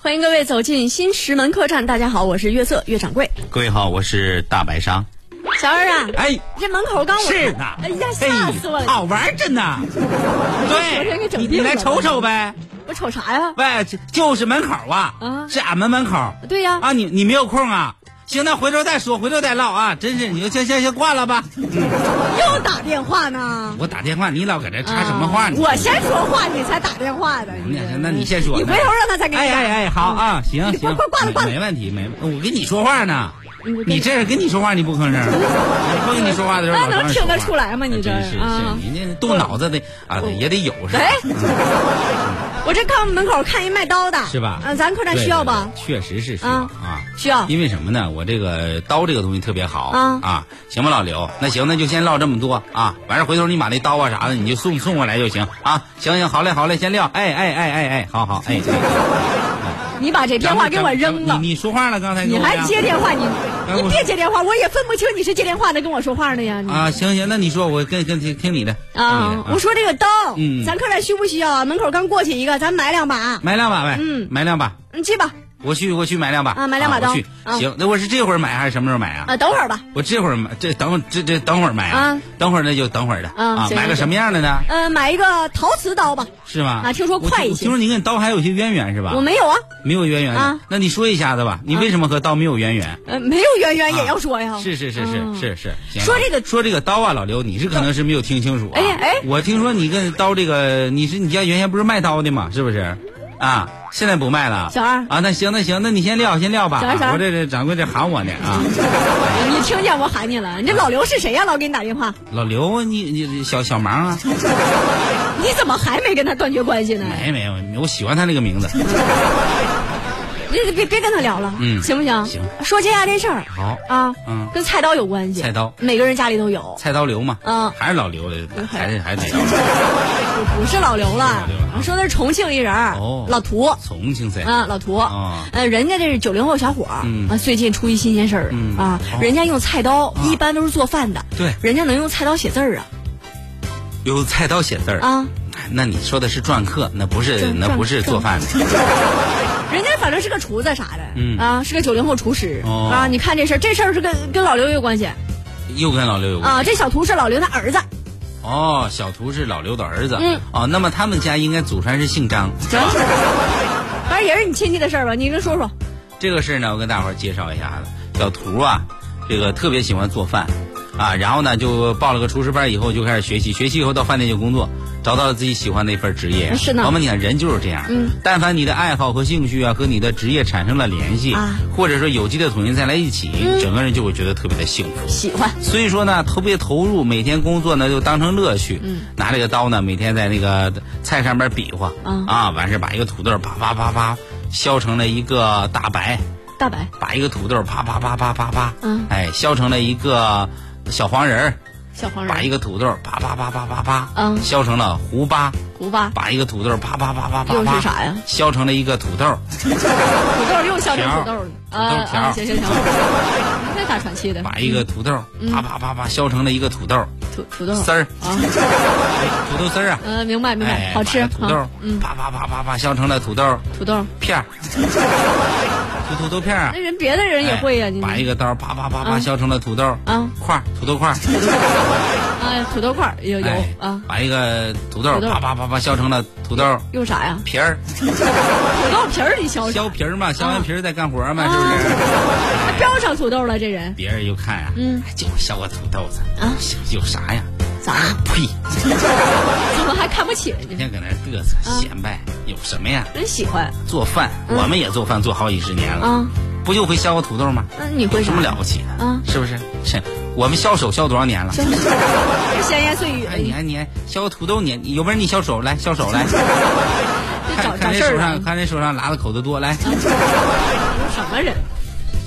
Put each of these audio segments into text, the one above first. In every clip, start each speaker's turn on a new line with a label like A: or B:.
A: 欢迎各位走进新石门客栈。大家好，我是月色月掌柜。
B: 各位好，我是大白鲨。
A: 小二啊，
B: 哎，
A: 这门口刚我
B: 是呢，
A: 哎呀，吓死我
B: 哎
A: 了！
B: 好玩儿着呢。
A: 昨天给
B: 对，
A: 整
B: 你
A: 病
B: 你来
A: 了
B: 瞅瞅呗。
A: 我瞅啥呀？
B: 喂，就就是门口啊，
A: 啊
B: 是俺们门口。
A: 对呀
B: 啊，你你没有空啊？行，那回头再说，回头再唠啊。真是，你就先先先挂了吧。
A: 又打电话呢？啊
B: 我打电话，你老搁这插什么话呢？
A: 我先说话，你才打电话的。
B: 你俩哎那你先说。
A: 你回头让他再给你嗯
B: 哎哎哎，好啊，行
A: 你
B: 行，
A: 快快挂了挂了
B: 没没问题，没。我跟你说话呢
A: 你我，跟
B: 你这是跟你说话你不 吭声，不跟你说话的时候
A: 那
B: 老
A: 能
B: 装着
A: 听得
B: 说话
A: 出来吗你
B: 哎
A: 这
B: 真是是
A: 啊，
B: 你那动脑子的啊，也得有是吧？
A: 哎， 我这刚门口看一卖刀的，
B: 是吧？
A: 嗯，咱客栈需要吧？
B: 对？对对确实是需要
A: 啊
B: 啊。
A: 需要。
B: 因为什么呢？我这个刀这个东西特别好
A: 啊
B: 行吧，老刘，那行，那就先唠这么多啊。完事儿回头你把那刀啊啥的，你就送送过来就行啊。行行，好嘞，好嘞，先撂。哎哎哎哎哎，好好哎。
A: 你把这电话给我扔
B: 咱
A: 了
B: 们，你你说话了，刚才
A: 你
B: 跟我
A: 还
B: 呀
A: 接电话？你
B: 哎
A: 你
B: 我
A: 别接电话，我也分不清你是接电话的跟我说话呢呀。你
B: 啊？行行，那你说，我跟跟听听你的听你
A: 啊
B: 的，
A: 我说这个刀，
B: 嗯
A: 咱客栈需不需要啊？门口刚过去一个，咱买两把，
B: 买两把呗，
A: 嗯
B: 买两把，
A: 你去吧。
B: 我去我去买两把
A: 啊买两把
B: 我
A: 刀
B: 去
A: 啊
B: 行，那我是这会儿买还是什么时候买啊？
A: 啊，等会儿吧。
B: 我这会儿买，这等这这等会儿买
A: 啊
B: 啊，等会儿那就等会儿的
A: 嗯
B: 啊，
A: 行
B: 买个什么样的呢？
A: 呃，买一个陶瓷刀吧。
B: 是吗？
A: 啊听说快一
B: 我
A: 些
B: 听我听说你跟刀还有些渊源是吧？
A: 我没有啊，
B: 没有渊源
A: 啊
B: 那你说一下子吧，你为什么和刀没有渊源？
A: 呃，没有渊源
B: 啊
A: 也要说呀。
B: 是是是
A: 嗯
B: 是是是，行
A: 说这个
B: 说这个刀啊，老刘，你是可能是没有听清楚啊。
A: 哎呀哎
B: 我听说你跟刀这个，你是你家原先不是卖刀的吗？是不是？啊，现在不卖了。
A: 小二
B: 啊，那行那行，那你先撂先撂吧。
A: 小二小
B: 啊
A: 二
B: 我这这掌柜这喊我呢啊，
A: 你听见我喊你了？你这老刘是谁呀？老给你打电话，
B: 老刘你你小小忙啊，
A: 嗯你怎么还没跟他断绝关系呢？
B: 没没有，我喜欢他那个名字。
A: 别别别跟他聊了，
B: 嗯
A: 行不行？
B: 行。
A: 说接下这事儿
B: 好，
A: 啊，
B: 嗯
A: 跟菜刀有关系。
B: 菜刀
A: 每个人家里都有，
B: 菜刀刘嘛，
A: 嗯
B: 还是老刘的，还是还是得
A: 不是老刘了
B: 不是老刘了，
A: 说的是重庆一人儿
B: 哦，
A: 老涂。
B: 重庆菜。
A: 啊，老涂
B: 哦，
A: 呃，人家这是九零后小伙儿
B: 嗯
A: 啊，最近出一新鲜事儿
B: 嗯
A: 啊
B: 哦，
A: 人家用菜刀，一般都是做饭的，
B: 对
A: 人家能用菜刀写字儿啊
B: 有菜刀写字儿
A: 啊，
B: 那你说的是篆刻，那不是
A: 篆
B: 呃那不是
A: 篆
B: 做饭的。
A: 人家反正是个厨子啥的，
B: 嗯
A: 啊，是个九零后厨师
B: 哦
A: 啊，你看这事儿，这事儿是跟跟老刘有关系
B: 又跟老刘有关。
A: 啊，这小涂是老刘他儿子，
B: 哦，小图是老刘的儿子。
A: 嗯。
B: 哦，那么他们家应该祖传是姓张。
A: 主要是，反正也是你亲戚的事儿吧，你跟说说，
B: 这个事儿呢，我跟大伙儿介绍一下子。小图啊，这个特别喜欢做饭，啊，然后呢就报了个厨师班，以后就开始学习，学习以后到饭店去工作，找到了自己喜欢的一份职业。
A: 是呢
B: 我们讲人就是这样，
A: 嗯，
B: 但凡你的爱好和兴趣啊和你的职业产生了联系，
A: 啊
B: 或者说有机的统一在来一起，整个人就会觉得特别的幸福。
A: 喜欢
B: 所以说呢，特别投入，每天工作呢就当成乐趣。
A: 嗯，
B: 拿这个刀呢，每天在那个菜上面比划、
A: 嗯
B: 啊，完事把一个土豆啪啪啪啪削成了一个大白，
A: 大白，
B: 把一个土豆啪啪啪啪啪啪，
A: 嗯
B: 哎，削成了一个小黄人儿，
A: 小黄
B: 把一
A: 人，
B: 个土豆啪啪啪啪啪啪，
A: 嗯
B: 削成了胡巴，
A: 胡巴，
B: 把一个土豆啪啪啪啪啪啪，
A: 又是啥呀？
B: 削成了一个土豆，
A: 土豆又削成
B: 条儿
A: 土豆了，
B: 土豆条儿
A: 啊行 行行，你会打喘气的，
B: 把一个土豆啪啪啪
A: 嗯
B: 啪削成了一个土豆
A: 土土豆
B: 丝儿，
A: 啊，
B: 土豆丝儿啊。
A: 呃，明白明白，
B: 哎，
A: 好吃
B: 把这土豆
A: 啊，，嗯，
B: 啪啪啪啪啪削成了土豆
A: 土豆，
B: 片儿，土土豆片儿啊
A: 那，人别的人也会呀，
B: 哎
A: 你
B: 把一个刀啪啪啪啪
A: 啊
B: 削成了土豆
A: 啊
B: 块儿，土豆块儿，
A: 啊，土豆块儿有有
B: 哎
A: 啊，
B: 把一个土豆
A: 土豆
B: 啪啪啪啪削成了土豆
A: 用啥呀？
B: 皮儿，
A: 土豆皮儿你削
B: 削皮儿嘛，削完皮儿再干活儿嘛，
A: 啊
B: 是不是？
A: 他标上土豆了，这人
B: 别人一看啊，
A: 嗯
B: 哎就削个土豆子
A: 啊
B: 有啥呀？
A: 咋？
B: 呸！
A: 怎么还看不起人
B: 天
A: 家？
B: 天搁那儿嘚瑟
A: 啊
B: 显摆，有什么呀？
A: 真喜欢
B: 做饭，
A: 嗯
B: 我们也做饭做好几十年了，
A: 啊？
B: 不就会削个土豆吗？
A: 那你会
B: 有
A: 啥
B: 什么？了不起的？
A: 啊
B: 是不是？是我们削手削多少年了？
A: 真是这闲言碎语，
B: 哎，你看你看削个土豆，你你有本事你削手来，削手来，
A: 这 找
B: 看
A: 找
B: 看谁
A: 事儿
B: 手上，
A: 啊！
B: 看谁手上拉的口子多，来。
A: 什么人？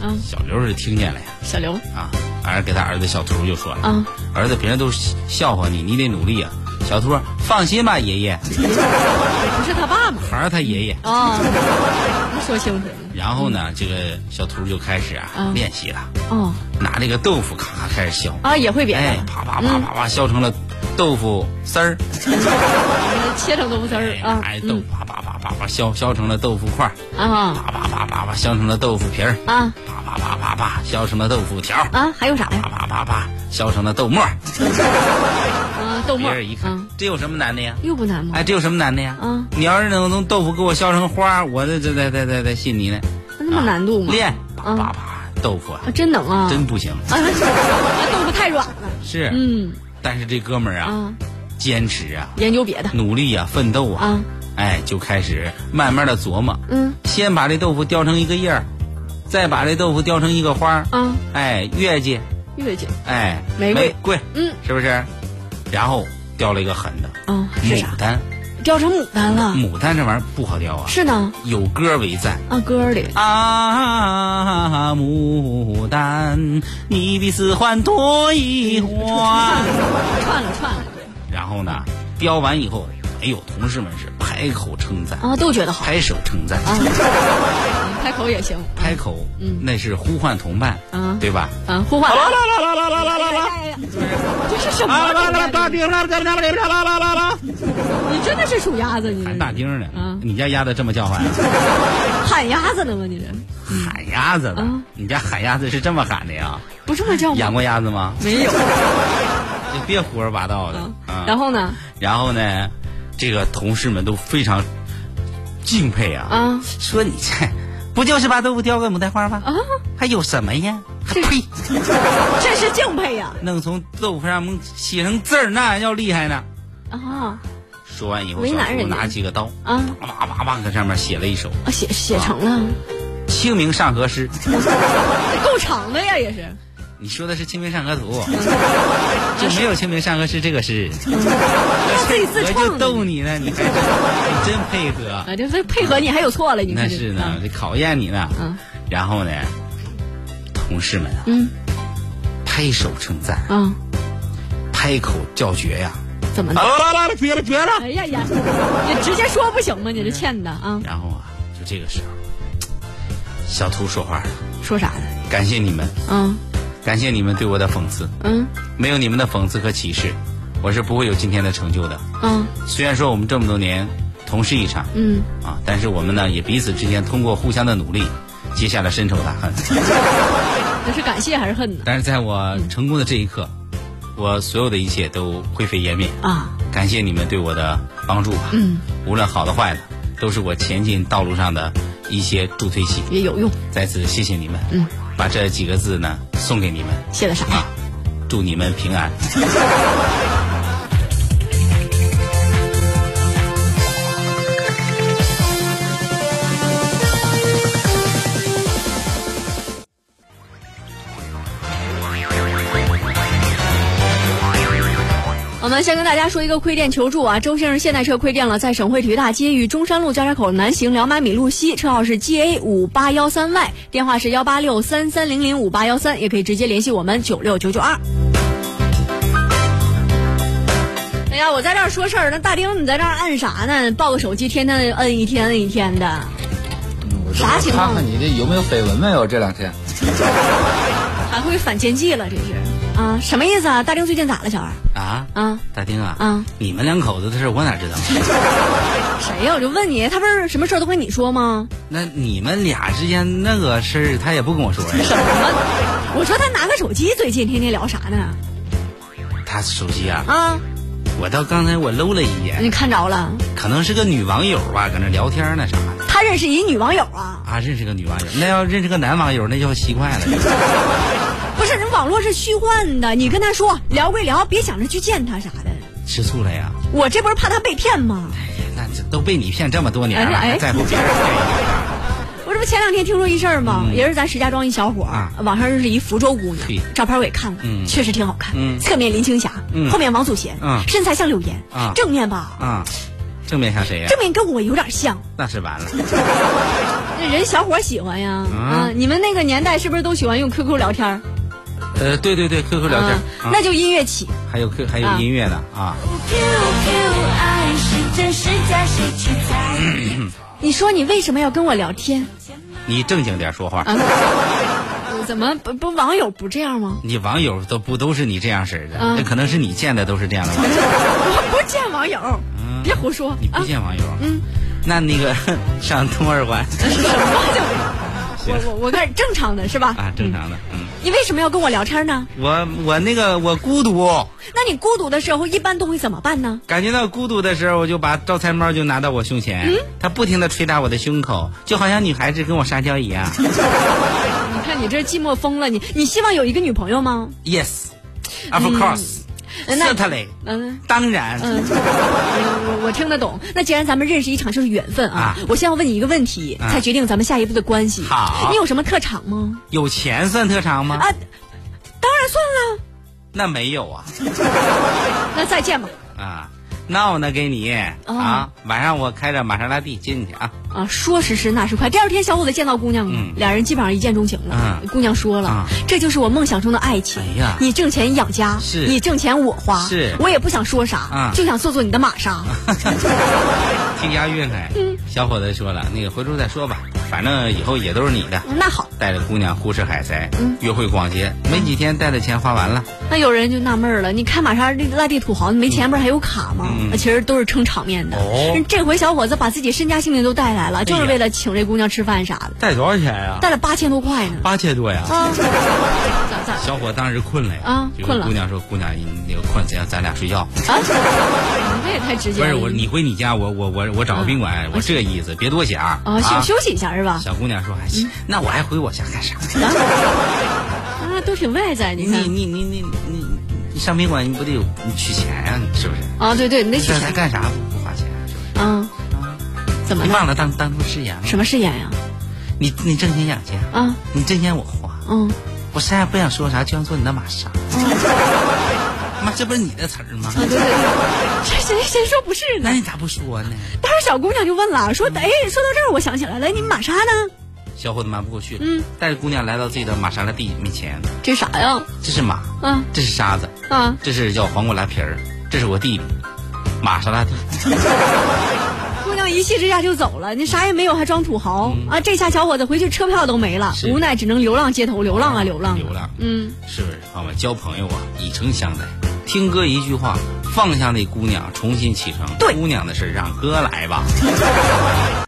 A: 啊，
B: 小刘是听见了呀，
A: 小刘
B: 啊，完了给他儿子小图就说了，
A: 啊，
B: 儿子别人都笑话你，你得努力啊。小图说放心吧，爷爷，
A: 不是他爸吗？
B: 孩儿他爷爷。
A: 啊，没说清楚了
B: 然后呢，这个小图就开始啊
A: 嗯
B: 练习了，
A: 哦
B: 拿这个豆腐咔咔开始削，
A: 啊，也会别嗯
B: 哎
A: 的，，
B: 啪啪啪啪啪削成了豆腐丝儿，
A: 切成豆腐丝儿
B: 哎
A: 啊，
B: 拿一豆
A: 嗯
B: 腐啪啪啪啪啪叭削削成了豆腐块儿，
A: 啊
B: 叭叭叭叭叭削成了豆腐皮儿，
A: 啊
B: 叭叭叭叭叭削成了豆腐条儿，
A: 啊！还有啥呀？
B: 叭叭叭叭削成了豆沫儿。
A: 啊，豆
B: 别
A: 沫儿
B: 人一，看
A: 嗯，，
B: 这有什么难的呀？
A: 又不难吗？
B: 哎，这有什么难的呀？
A: 嗯
B: 你要是能从豆腐给我削成花儿，我这这这这这这信你呢。
A: 那么难度吗？
B: 练叭
A: 嗯
B: 叭叭，豆腐啊
A: 啊，，真能啊！
B: 真不行。
A: 啊，豆腐太软了。
B: 是，
A: 嗯
B: 但是这哥们儿啊，
A: 啊，
B: 坚持啊，
A: 研究别的
B: 努力啊，奋斗啊，
A: 啊，
B: 哎，就开始慢慢的琢磨，
A: 嗯
B: 先把这豆腐雕成一个叶儿，再把这豆腐雕成一个花儿，
A: 啊，
B: 哎，月季，
A: 月季，
B: 哎，
A: 玫瑰
B: 瑰，
A: 嗯
B: 是不是？然后雕了一个狠的，
A: 啊，是啥
B: 牡？丹，
A: 雕成牡丹了？
B: 牡丹这玩意儿不好雕啊，
A: 是呢，
B: 有歌为赞。
A: 啊，歌里
B: 啊，牡丹，你比四环多一环。
A: 串了串了
B: 然后呢，雕完以后，哎呦，同事们是拍口称赞，
A: 啊，都觉得好
B: 拍手称赞，
A: 啊，开口也行
B: 拍口，
A: 嗯
B: 那是呼唤同伴，
A: 啊
B: 对吧？
A: 啊，呼唤。
B: 啦啦啦啦啦啦啦！
A: 哎呀这是什么东西啊？你真的是属鸭子，你
B: 喊大
A: 这
B: 丁呢
A: 啊？
B: 你家鸭子这么叫唤啊？
A: 喊鸭子呢吗？你这
B: 喊鸭子的
A: 啊？
B: 你家喊鸭子是这么喊的呀？
A: 不这么叫吗？
B: 养过鸭子吗？
A: 没有
B: 你别胡说八道的
A: 啊
B: 啊！。
A: 然后呢？
B: 然后呢，这个同事们都非常敬佩啊，
A: 啊
B: 说你这不就是把豆腐雕个牡丹花吗？
A: 啊，
B: 还有什么呀？
A: 这
B: 呸！
A: 这是敬佩呀！
B: 弄从豆腐上写成字儿，那要厉害呢。
A: 啊
B: 说完以后，
A: 为
B: 小
A: 难
B: 叔
A: 人家
B: 拿起个刀，
A: 啊，
B: 叭叭叭搁上面写了一首《
A: 啊写写成了，
B: 清明上河诗》。
A: 够长的呀，也是。
B: 你说的是《清明上河 图》，就没有《清明上河诗》这个诗。
A: 他自己自
B: 我就
A: 创的
B: 逗你呢，你还真你真配合。
A: 啊，这非配合你还有错了，你
B: 那
A: 看这
B: 是
A: 啊
B: 呢，这考验你呢。
A: 嗯
B: 然后呢，同事们啊，
A: 嗯
B: 拍手称赞，
A: 啊，
B: 拍口叫绝呀！
A: 怎么的？
B: 啊啦啦啦，绝了绝了！
A: 哎呀呀，你直接说不行吗？你这欠的啊，
B: 然后啊，就这个时候，小图说话了，
A: 说啥呢？
B: 感谢你们，
A: 嗯
B: 感谢你们对我的讽刺，
A: 嗯
B: 没有你们的讽刺和歧视，我是不会有今天的成就的。
A: 嗯
B: 虽然说我们这么多年同事一场
A: 嗯，
B: 啊，但是我们呢也彼此之间通过互相的努力，结下了深仇大恨。
A: 那是感谢还是恨呢？
B: 但是在我成功的这一刻，我所有的一切都灰飞烟灭。
A: 啊，
B: 感谢你们对我的帮助吧。啊
A: 嗯，
B: 无论好的坏的，都是我前进道路上的一些助推器。
A: 也有用，
B: 在此谢谢你们，
A: 嗯，
B: 把这几个字呢送给你们
A: 谢的啥呀？
B: 啊，祝你们平安。
A: 我们先跟大家说一个亏店求助啊，周先生现代车亏店了，在省会体育大街与中山路交叉口南行两百米路西，车号是 GA 五八幺三 Y，电话是幺八六三三零零五八幺三，也可以直接联系我们九六九九二。哎呀，我在这儿说事儿，那大丁你在这儿按啥呢？抱个手机，天天摁一天摁一天的，
C: 我说
A: 啥情
C: 看
A: 况
C: 看你这有没有绯闻没有？这两天
A: 还会反间计了，这是啊？什么意思啊？大丁最近咋了，小二
B: 啊，
A: 啊？
B: 大丁啊，
A: 嗯
B: 你们两口子的事儿我哪知道？啊
A: 谁呀、我就问你，他不是什么事儿都跟你说吗？
B: 那你们俩之间那个事儿他也不跟我说呀。
A: 我说他拿个手机，最近天天聊啥呢？
B: 他手机啊，
A: 啊，
B: 我到刚才我搂了一眼，
A: 你看着了，
B: 可能是个女网友吧，搁那聊天呢啥的。
A: 他认识一女网友啊？
B: 啊，认识个女网友，那要认识个男网友，那就奇怪了。
A: 不是，人网络是虚幻的，你跟他说聊归聊，别想着去见他啥的。
B: 吃醋了呀？
A: 我这不是怕他被骗吗？
B: 那这都被你骗这么多年了，
A: 哎哎
B: 还在乎别人骗你
A: 我这不前两天听说一事儿吗？也是咱石家庄一小伙儿
B: 嗯啊，
A: 网上认识一福州姑
B: 嘿
A: 娘，照片我也看了，
B: 嗯
A: 确实挺好看，
B: 嗯
A: 侧面林青霞，
B: 嗯
A: 后面王祖贤，
B: 嗯
A: 身材像柳岩，
B: 啊
A: 正面吧，
B: 啊？正面像谁呀、
A: 正面跟我有点像，
B: 那是完了。
A: 嗯那人小伙儿喜欢呀
B: 啊
A: 啊！你们那个年代是不是都喜欢用 QQ 聊天儿？
B: 呃，对对对，QQ 聊天，
A: 啊
B: 啊
A: 那就嗯音乐起。
B: 还有 Q 还有音乐呢啊
D: QQ 爱是真是假，谁去猜？
B: 嗯
A: 你说你为什么要跟我聊天？
B: 你正经点说话，
A: 嗯怎么不不网友不这样吗？
B: 你网友都不都是你这样式儿的？
A: 啊
B: 那可能是
A: 嗯
B: 你见的都是这样的网友，
A: 我不见网友，别胡说
B: 嗯你不
A: 啊！
B: 见网友。
A: 嗯，
B: 那那个 上东二环
A: 啊我我我开始正常的是吧？
B: 啊，正常的。嗯，
A: 你为什么要跟我聊天呢？
B: 我我那个我孤独，
A: 那你孤独的时候一般都会怎么办呢？
B: 感觉到孤独的时候，我就把招财猫就拿到我胸前，
A: 嗯
B: 它不停的捶打我的胸口，就好像女孩子跟我撒娇一 样。
A: 你看你这寂寞疯了，你你希望有一个女朋友吗？
B: Yes，of
A: 嗯
B: course，
A: Mm. 那
B: certainly，
A: 嗯。
B: 当然。
A: 嗯，我我听得懂。那既然咱们认识一场就是缘分啊，
B: 啊
A: 我先要问你一个问题，
B: 啊
A: 才决定咱们下一步的关系。
B: 好
A: 你有什么特长吗？
B: 有钱算特长吗？
A: 啊，当然算了。
B: 那没有啊
A: 那再见吧。
B: 啊，那我呢给你、
A: 哦
B: 啊，晚上我开着玛莎拉蒂接你去啊。
A: 啊，说时迟那时快，第二天小伙子见到姑娘了，
B: 嗯
A: 俩人基本上一见钟情了。
B: 嗯
A: 姑娘说了、
B: 啊
A: 这就是我梦想中的爱情。
B: 哎呀
A: 你挣钱养家，
B: 是
A: 你挣钱我花，
B: 是嗯
A: 我也不想说啥，
B: 啊
A: 就想做做你的玛莎。
B: 听押韵还。
A: 嗯
B: 小伙子说了，那个回头再说吧，反正以后也都是你的。
A: 那好，
B: 带着姑娘胡吃海塞，
A: 嗯
B: 约会逛街，没几天带的钱花完了。
A: 那有人就纳闷儿了，你开玛莎拉蒂土豪，你没钱不是还有卡吗？
B: 嗯
A: 啊其实都是撑场面的。
B: 哦哎
A: 这回小伙子把自己身家性命都带来了，就是为了请这姑娘吃饭啥的，
B: 带多少钱啊呀、
A: 带了八千多块呢。
B: 八千多呀。
A: 啊，咋咋
B: 小伙当时困了呀，
A: 啊
B: 就
A: 困
B: 跟
A: 了
B: 姑娘说：“姑娘，你那个困，咱咱俩睡觉。
A: 啊？你这也太直接
B: 不
A: 了。
B: 是我，你回你家，我我我我找个宾馆，我这个意思，别多想
A: 啊，休休息一下是吧？嗯
B: 小姑娘说：“哎，那我还回我家干啥？
A: 啊，都挺外在，
B: 你
A: 你看。
B: 你你你你你上宾馆你不得有你取钱呀、你是不是？
A: 啊，对对，你得取
B: 这
A: 钱
B: 咱。干啥不花钱、啊？是不是？
A: 嗯，怎么
B: 你
A: 了？
B: 忘了当当初誓言了？
A: 什么誓言呀？
B: 你你挣钱养家，
A: 啊，
B: 你挣钱我花，
A: 嗯，
B: 我啥也不想说啥，就想做你的玛莎。妈，这不是你的词儿吗
A: 哦啊，？对对对，这谁谁说不是呢
B: 那？你咋不说呢？
A: 当时小姑娘就问了，说，哎，说到这儿，我想起来了，哎你玛莎呢？
B: 小伙子瞒不过去了，
A: 嗯，
B: 带着姑娘来到自己的玛莎拉蒂面前，
A: 这啥呀？
B: 这是马，
A: 啊
B: 这是沙子，
A: 啊，
B: 这是叫黄瓜拉皮儿，这是我弟弟，玛莎拉蒂。
A: 姑娘一气之下就走了，你啥也没有还装土豪啊！这下小伙子回去车票都没了，
B: 嗯是
A: 无奈只能流浪街头，流浪啊流浪啊，
B: 流浪
A: 嗯，
B: 是不是？朋友们，交朋友啊，以诚相待。听哥一句话，放下那姑娘，重新启程。
A: 对
B: 姑娘的事让哥来吧。